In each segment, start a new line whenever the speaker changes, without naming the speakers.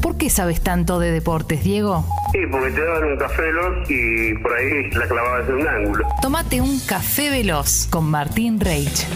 ¿Por qué sabes tanto de deportes, Diego?
Sí, porque te daban un café veloz y por ahí la clavabas en un ángulo.
Tómate un café veloz con Martín Reich.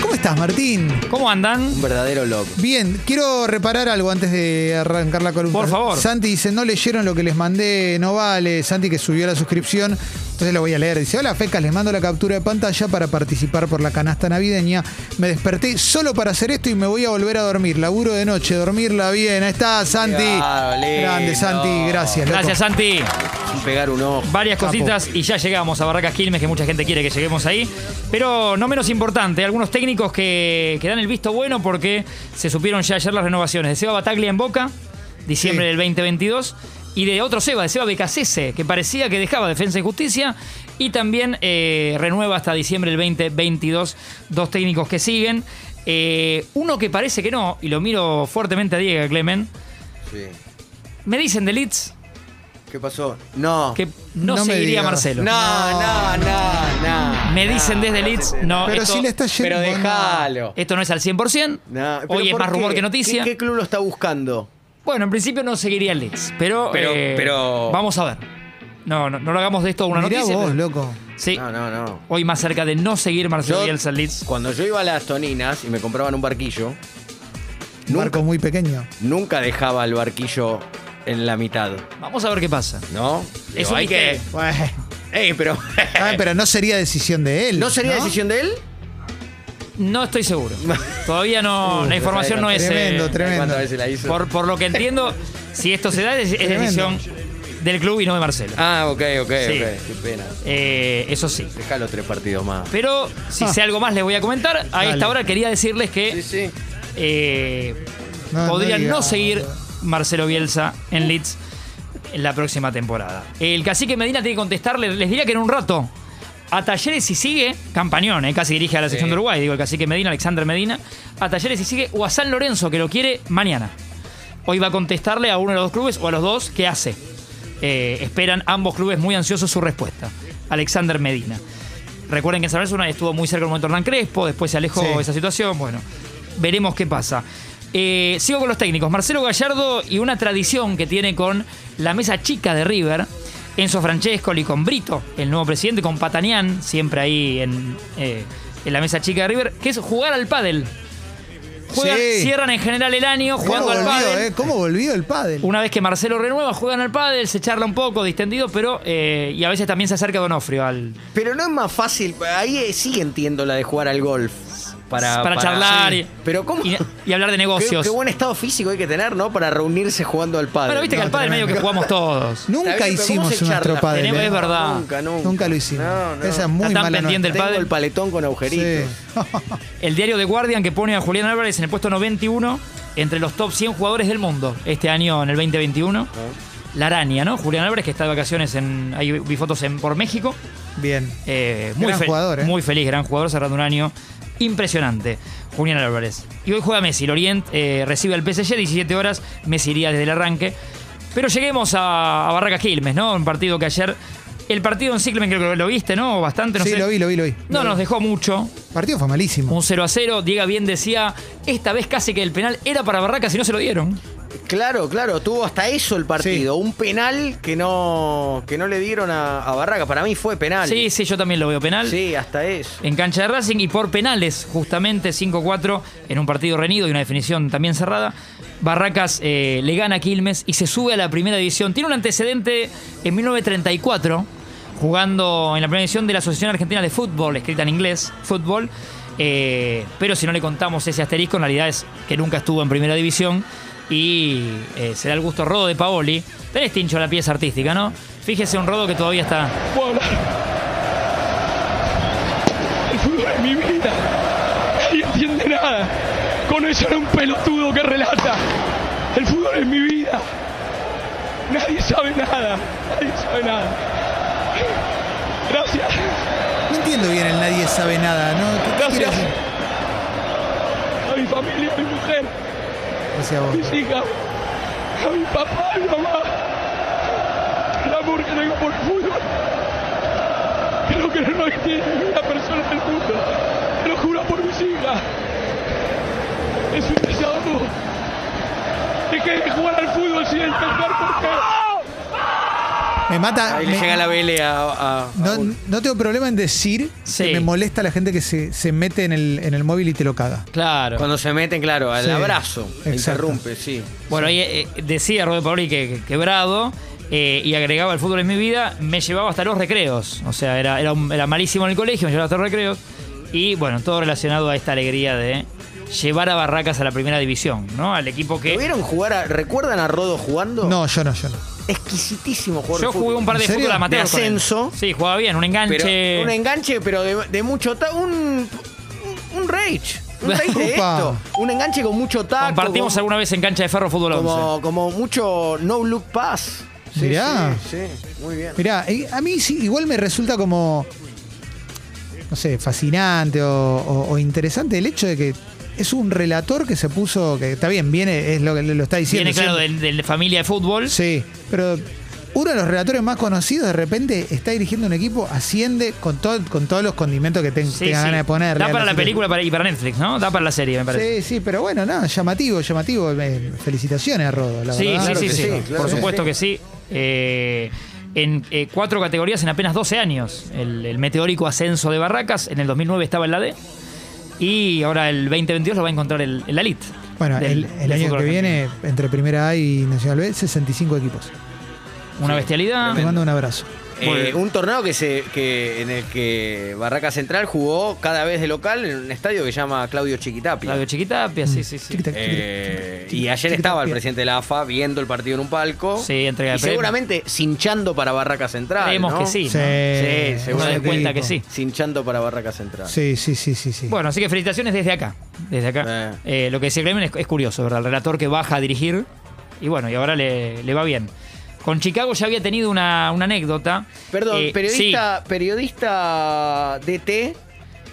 ¿Cómo estás, Martín?
¿Cómo andan?
Un verdadero loco.
Bien, quiero reparar algo antes de arrancar la columna.
Por favor.
Santi dice, no leyeron lo que les mandé, no vale. Santi que subió la suscripción, entonces lo voy a leer. Dice, hola fecas, les mando la captura de pantalla para participar por la canasta navideña. Me desperté solo para hacer esto y me voy a volver a dormir. Laburo de noche, dormirla bien. Ahí está, Santi.
bárbaro, lindo.
Grande, Santi. Gracias, loco.
Gracias, Santi.
Pegar un ojo.
Varias
Capo.
cositas y ya llegamos a Barracas Quilmes, que mucha gente quiere que lleguemos ahí. Pero no menos importante, algunos técnicos que, que dan el visto bueno porque se supieron ya ayer las renovaciones de Seba Bataglia en Boca, diciembre
Sí.
del 2022, y de otro Seba, de Seba Becasese, que parecía que dejaba Defensa y Justicia, y también eh, renueva hasta diciembre del 2022 dos técnicos que siguen. Eh, uno que parece que no, y lo miro fuertemente a Diego Clemen,
Sí.
me dicen de Leeds
¿Qué pasó? No.
que no,
No me
seguiría
digas.
Marcelo.
No, no, no, no.
Me dicen desde
no,
Leeds,
no,
no,
Pero
esto,
si le está yendo...
Pero
bueno.
déjalo.
esto no es al 100%.
No, pero
Hoy Eh, es
¿por
más rumor
qué?
que noticia.
¿Qué, qué club lo está buscando?
Bueno, en principio no seguiría el Leeds, pero,
Pero-
eh,
pero-
vamos a ver. No, no, no lo hagamos de esto una
Mirá
noticia.
vos,
pero-
loco.
Sí,
No, no, no.
hoy más cerca de no seguir Marcelo
Yo-
Bielsa al Leeds.
Cuando yo iba a las Toninas y me compraban un barquillo,
Un
nunca,
barco muy pequeño.
nunca dejaba el barquillo en la mitad,
Vamos a ver qué pasa.
¿no?
Es
Digo,
un
hay que.
misterio.
Bueno.
Ey, pero.
Ah, pero no sería decisión de él.
¿No sería decisión de él?
No estoy seguro. Todavía no,
Uh,
la información no es. eh,
Tremendo, tremendo.
¿Cuántas veces la hizo?
por, por lo que entiendo, si esto se da, es, es
Tremendo.
decisión del club y no de Marcelo.
Ah, ok, ok,
Sí.
ok. Qué pena.
Eh, eso sí.
Dejalo tres partidos más.
Pero si
Ah.
sé algo más les voy a comentar. A
Dale.
esta hora quería decirles que
Sí, sí.
eh,
No, no
podría no,
digas.
seguir Marcelo Bielsa en Leeds en la próxima temporada. El cacique Medina tiene que contestarle, les diría que en un rato. A Talleres si sigue, Campañón, eh, casi dirige a la sección de Uruguay, digo el cacique Medina, Alexander Medina. A Talleres si sigue o a San Lorenzo, que lo quiere mañana. Hoy va a contestarle a uno de los dos clubes o a los dos, ¿qué hace? Eh, esperan ambos clubes muy ansiosos su respuesta. Alexander Medina. Recuerden que en San Lorenzo una vez estuvo muy cerca del momento Hernán Crespo, después se alejó
Sí.
esa situación. Bueno, veremos qué pasa. Eh, sigo con los técnicos. Marcelo Gallardo y una tradición que tiene con la mesa chica de River, Enzo Francescoli con Brito, el nuevo presidente, con Patanián, siempre ahí en, eh, en la mesa chica de River, que es jugar al pádel. Juegan-
Sí.
Cierran en general el año
¿Cómo
jugando al
volvió,
pádel.
eh? ¿Cómo volvió el pádel?
Una vez que Marcelo renueva, juegan al pádel, se charla un poco, distendido, pero. eh, y a veces también se acerca Donofrio al.
Pero no es más fácil. Ahí eh, sí entiendo la de jugar al golf. Para,
Para, charlar.
sí.
y-
Pero ¿cómo?
Y, y hablar de
Qué,
negocios.
qué buen estado físico hay que tener, ¿no? Para reunirse jugando al padre.
bueno, viste que al pádel medio que jugamos todos.
Nunca hicimos nuestro pádel.
Tenemos-
eh.
es verdad.
Nunca, nunca.
Nunca lo hicimos.
No, no.
Esa es muy
Está tan
mala
pendiente
nuestra.
del
Tengo
pádel.
el paletón con agujeritos.
El diario The Guardian que pone a Julián Álvarez en el puesto 91 entre los top 100 jugadores del mundo este año en el 2021.
Ah.
La araña, ¿no? Julián Álvarez que está de vacaciones en. Ahí vi fotos en, por México.
Sí. Bien.
Eh, muy,
Gran
fel-
jugador, ¿eh?
muy feliz, gran jugador, cerrando un año impresionante. Julián Álvarez. Y hoy juega Messi. El Orient eh, recibe al PSG 17 horas. Messi iría desde el arranque. Pero lleguemos a, a Barracas Quilmes, ¿no? Un partido que ayer. El partido en sí, Clemen, creo que lo viste, ¿no? Bastante, no
sí,
sé.
lo vi, lo vi, lo vi.
No nos dejó mucho.
El partido fue malísimo.
Un 0 a 0. Diego bien decía, esta vez casi que el penal era para Barracas y no se lo dieron.
Claro, claro, tuvo hasta eso el partido. Un penal que no, que no le dieron a, a Barraca. Para mí fue penal.
Sí, sí, yo también lo veo penal.
Sí, hasta eso.
en cancha de Racing y por penales, justamente 5-4 en un partido reñido y una definición también cerrada. Barracas eh, le gana a Quilmes y se sube a la primera división. Tiene un antecedente en 1934, jugando en la primera división de la Asociación Argentina de Fútbol, escrita en inglés, fútbol. Eh, pero si no le contamos ese asterisco, en realidad es que nunca estuvo en primera división. Y eh, se da el gusto rodo de Paoli. Tenés tincho la pieza artística, ¿no? Fíjese un rodo que todavía está.
puedo hablar. El fútbol es mi vida. Nadie entiende nada. Con eso era un pelotudo que relata. El fútbol es mi vida. Nadie sabe nada. Nadie sabe nada. Gracias.
No entiendo bien el nadie sabe nada, ¿no? ¿Qué- qué
Gracias.
quiere decir?
A mi familia, a mi mujer,
Gracias a
a
vos.
mis hijas, a mi papá, a mi mamá. El amor que tengo por el fútbol. Creo que no existe ninguna persona en el mundo. Te lo juro por liga. Es un desahogo. Dejé de jugar al fútbol sin entender por qué.
Me mata.
Ahí le
me-
llega la BL a. a- a
no,
uno.
no tengo problema en decir
Sí.
que me molesta la gente que se, se mete en el, en el móvil y te lo caga.
Claro.
Cuando se meten, claro, al
Sí,
abrazo.
exacto.
Interrumpe, sí.
Bueno, ahí eh, decía Roberto Paoli que que quebrado eh, y agregaba el fútbol en mi vida, me llevaba hasta los recreos. O sea, era, era, un- era malísimo en el colegio, me llevaba hasta los recreos. Y bueno, todo relacionado a esta alegría de llevar a Barracas a la primera división, ¿no? Al equipo
¿Lo
que.
vieron jugar? a- ¿Recuerdan a Rodo jugando?
No, yo no, yo no.
Exquisitísimo jugador.
Yo
de fútbol.
jugué un par de
¿En serio?
fútbol amateur.
De
con él.
ascenso.
Sí, jugaba bien, un enganche.
Pero un enganche, pero de, de mucho ta- un, un un rage. Un rage de
Upa.
esto. Un enganche con mucho tacto.
Compartimos
con-
alguna vez en cancha de ferro fútbol 11.
como, como mucho no look pass. Sí,
Mirá.
Sí, sí, muy bien.
Mirá, eh, a mí sí, igual me resulta como, no sé, fascinante o, o- o interesante el hecho de que es un relator que se puso, que está bien, viene, es lo que lo está diciendo.
Tiene claro
siempre.
de, de la familia de fútbol.
Sí, pero uno de los relatores más conocidos de repente está dirigiendo un equipo, asciende con, todo, con todos los condimentos que ten-
Sí,
tenga
sí.
ganas de poner.
Da para la película para- y para Netflix, ¿no? Da para la serie, me parece.
Sí, sí, pero bueno, nada, llamativo, llamativo. Eh, Felicitaciones a Rodo, la
Sí,
verdad.
sí,
Claro
sí,
que
sí,
sí, claro
por
que
supuesto que sí. Eh, en eh, cuatro categorías en apenas 12 años. El, el meteórico ascenso de Barracas, en el 2009 estaba en la D. Y ahora el 2022 lo va a encontrar el, el Alit.
Bueno, el,
del-
el
del
año
fútbol
que
argentino.
viene, entre Primera A y Nacional B, 65 equipos.
Una bestialidad.
Te mando un abrazo.
Eh, un torneo que se que en el que Barraca Central jugó cada vez de local en un estadio que se llama Claudio Chiquitapia.
Claudio Chiquitapia, sí, sí, sí.
Chiquita,
Eh,
chiquita,
y ayer
chiquita,
estaba el
chiquita.
presidente de la AFA viendo el partido en un palco.
Sí, entrega de
Y
premio.
seguramente cinchando para Barraca Central.
Creemos
¿no?
que sí. ¿no?
Sí,
Uno
seguro
da
que
cuenta
digo.
que sí.
Cinchando para Barraca Central.
Sí, sí, sí, sí, sí.
Bueno, así que felicitaciones desde acá. Desde acá. Eh, lo que decía Clemen es, es curioso, ¿verdad? El relator que baja a dirigir. Y bueno, y ahora le, le va bien. Con Chicago ya había tenido una, una anécdota.
Perdón,
Eh,
periodista, periodista DT.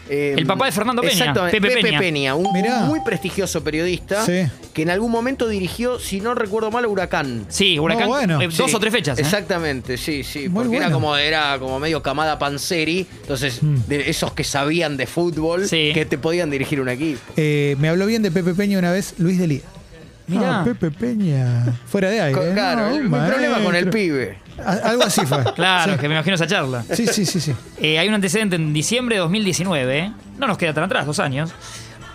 eh,
El papá de Fernando Peña,
exactamente,
Pepe
Pepe,
Peña.
Peña. un
Mirá.
muy prestigioso periodista
Sí.
que en algún momento dirigió, si no recuerdo mal, a Huracán.
Sí, sí Huracán.
No, bueno.
eh, dos
Sí,
o tres fechas. ¿eh?
Exactamente, sí, sí.
Muy
porque era
bueno.
como era como medio camada Panseri, entonces
Mm.
de esos que sabían de fútbol
Sí.
que te podían dirigir un equipo.
Eh, me habló bien de Pepe Peña una vez Luis Delí.
Mirá.
Ah, Pepe Peña. Fuera de aire.
Co-
¿eh?
claro,
No,
el,
un
el problema con el
maestro.
pibe.
A- Algo así fue.
Claro,
Sí.
que me imagino esa charla.
Sí, sí, sí, sí.
Eh, hay un antecedente en diciembre de 2019, ¿eh? no nos queda tan atrás, dos años.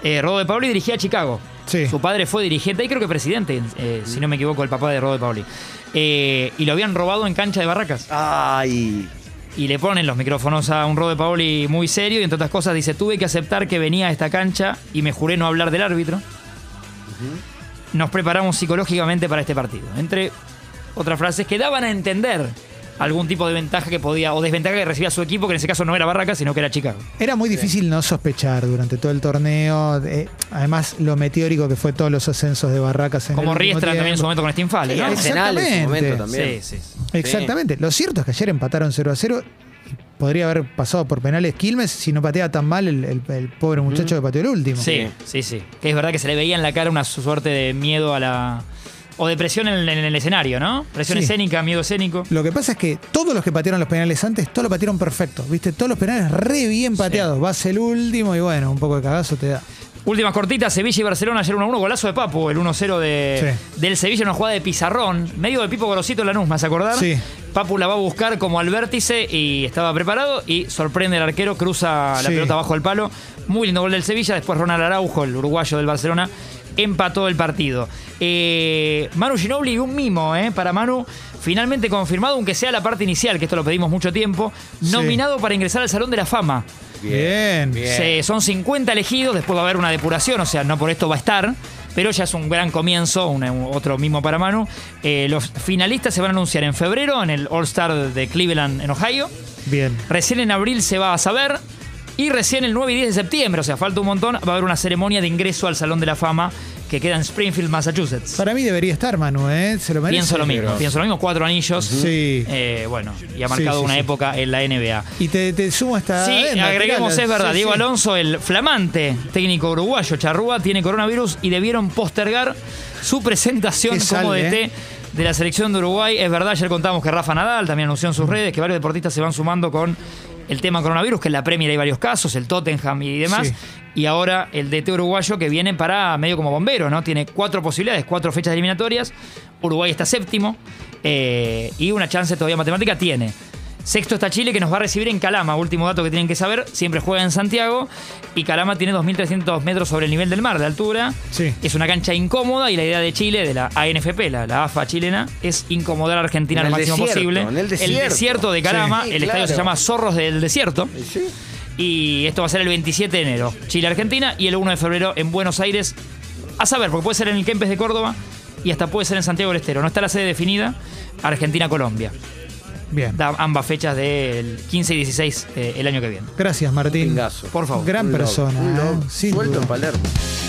Eh, Rodo de Pauli dirigía a Chicago.
Sí.
Su padre fue dirigente y creo que presidente, eh, si no me equivoco, el papá de Rodo de Pauli. Eh, y lo habían robado en cancha de barracas.
Ay.
Eh,
y le ponen los micrófonos a un Rode Paoli muy serio y entre otras cosas dice, tuve que aceptar que venía a esta cancha y me juré no hablar del árbitro. Nos preparamos psicológicamente para este partido. Entre otras frases que daban a entender algún tipo de ventaja que podía o desventaja que recibía su equipo, que en ese caso no era Barraca, sino que era Chicago.
Era muy difícil no sospechar durante todo el torneo. eh, además, lo meteórico que fue todos los ascensos de Barracas en
Como
el último
Riestra también en su
tiempo.
momento con Steam Fall,
Y
¿no?
exacto.
Arsenal en su momento
Exactamente.
también.
Sí, sí, sí.
Exactamente. Lo cierto es que ayer empataron 0 a 0. Podría haber pasado por penales Quilmes si no pateaba tan mal el, el- el pobre muchacho que pateó el último.
Mm. Sí, sí, sí. Que es verdad que se le veía en la cara una su- suerte de miedo a la... O de presión en, en el escenario, ¿no? Presión
Sí.
escénica, miedo escénico.
Lo que pasa es que todos los que patearon los penales antes, todos lo patearon perfecto. ¿Viste? Todos los penales re bien pateados. Vas el último y bueno, un poco de cagazo te da.
Últimas cortitas, Sevilla y Barcelona ayer 1-1, golazo de Papu, el 1-0 de, del Sevilla, una jugada de pizarrón, medio de Pipo Gorosito en la ¿me vas a acordar?
Sí.
Papu la va a buscar como al vértice y estaba preparado y sorprende el arquero, cruza la
Sí.
pelota bajo el palo. Muy lindo gol del Sevilla, después Ronald Araujo, el uruguayo del Barcelona, empató el partido. Eh, Manu Ginobili, un mimo eh, para Manu, finalmente confirmado, aunque sea la parte inicial, que esto lo pedimos mucho tiempo,
Sí.
nominado para ingresar al Salón de la Fama.
Bien.
bien.
Se- son 50 elegidos, después va a haber una depuración, o sea, no por esto va a estar, pero ya es un gran comienzo, un- un- otro mismo para Manu. Eh, los finalistas se van a anunciar en febrero en el All Star de Cleveland en Ohio.
Bien.
Recién en abril se va a saber. Y recién el 9 y 10 de septiembre, o sea, falta un montón, va a haber una ceremonia de ingreso al Salón de la Fama que queda en Springfield, Massachusetts.
Para mí debería estar Manu, ¿eh? Se lo merece.
Pienso lo mismo, pienso lo mismo, cuatro anillos.
Sí.
Eh, bueno, y ha
Sí,
marcado
sí,
una
sí.
época en la NBA.
Y te, te sumo hasta.
Sí, agreguemos, es verdad. Diego
Alonso
Alonso, el flamante técnico uruguayo, Charrúa, tiene coronavirus y debieron postergar su presentación
Qué
como
sale,
DT
eh.
de
Mm.
la selección de Uruguay. Es verdad, ayer contamos que Rafa Nadal también anunció en sus redes que varios deportistas se van sumando con el tema coronavirus, que en la Premier hay varios casos, el Tottenham y demás.
Sí.
Y ahora el DT uruguayo que viene para medio como bombero, ¿no? Tiene cuatro posibilidades, cuatro fechas eliminatorias. Uruguay está séptimo eh, y una chance todavía matemática tiene. Sexto está Chile que nos va a recibir en Calama, último dato que tienen que saber, siempre juega en Santiago y Calama tiene 2.300 metros sobre el nivel del mar de altura.
Sí.
Es una cancha incómoda y la idea de Chile, de la ANFP, la, la AFA chilena, es incomodar a Argentina
En
lo
el
máximo
desierto,
posible.
en el desierto.
de Calama,
Sí.
el
Sí,
estadio se
claro.
llama Zorros del Desierto.
Sí.
Y esto va a ser el 27 de enero, Chile-Argentina, y el 1 de febrero en Buenos Aires. A saber, porque puede ser en el Kempes de Córdoba y hasta puede ser en Santiago del Estero. No está la sede definida, Argentina-Colombia.
Bien.
Da ambas fechas del 15 y 16 eh, el año que viene.
Gracias, Martín.
Pingazo.
Por favor.
Gran
Un lobo,
persona.
un
¿eh?
lobo.
Sin
Suelto
duda.
en Palermo.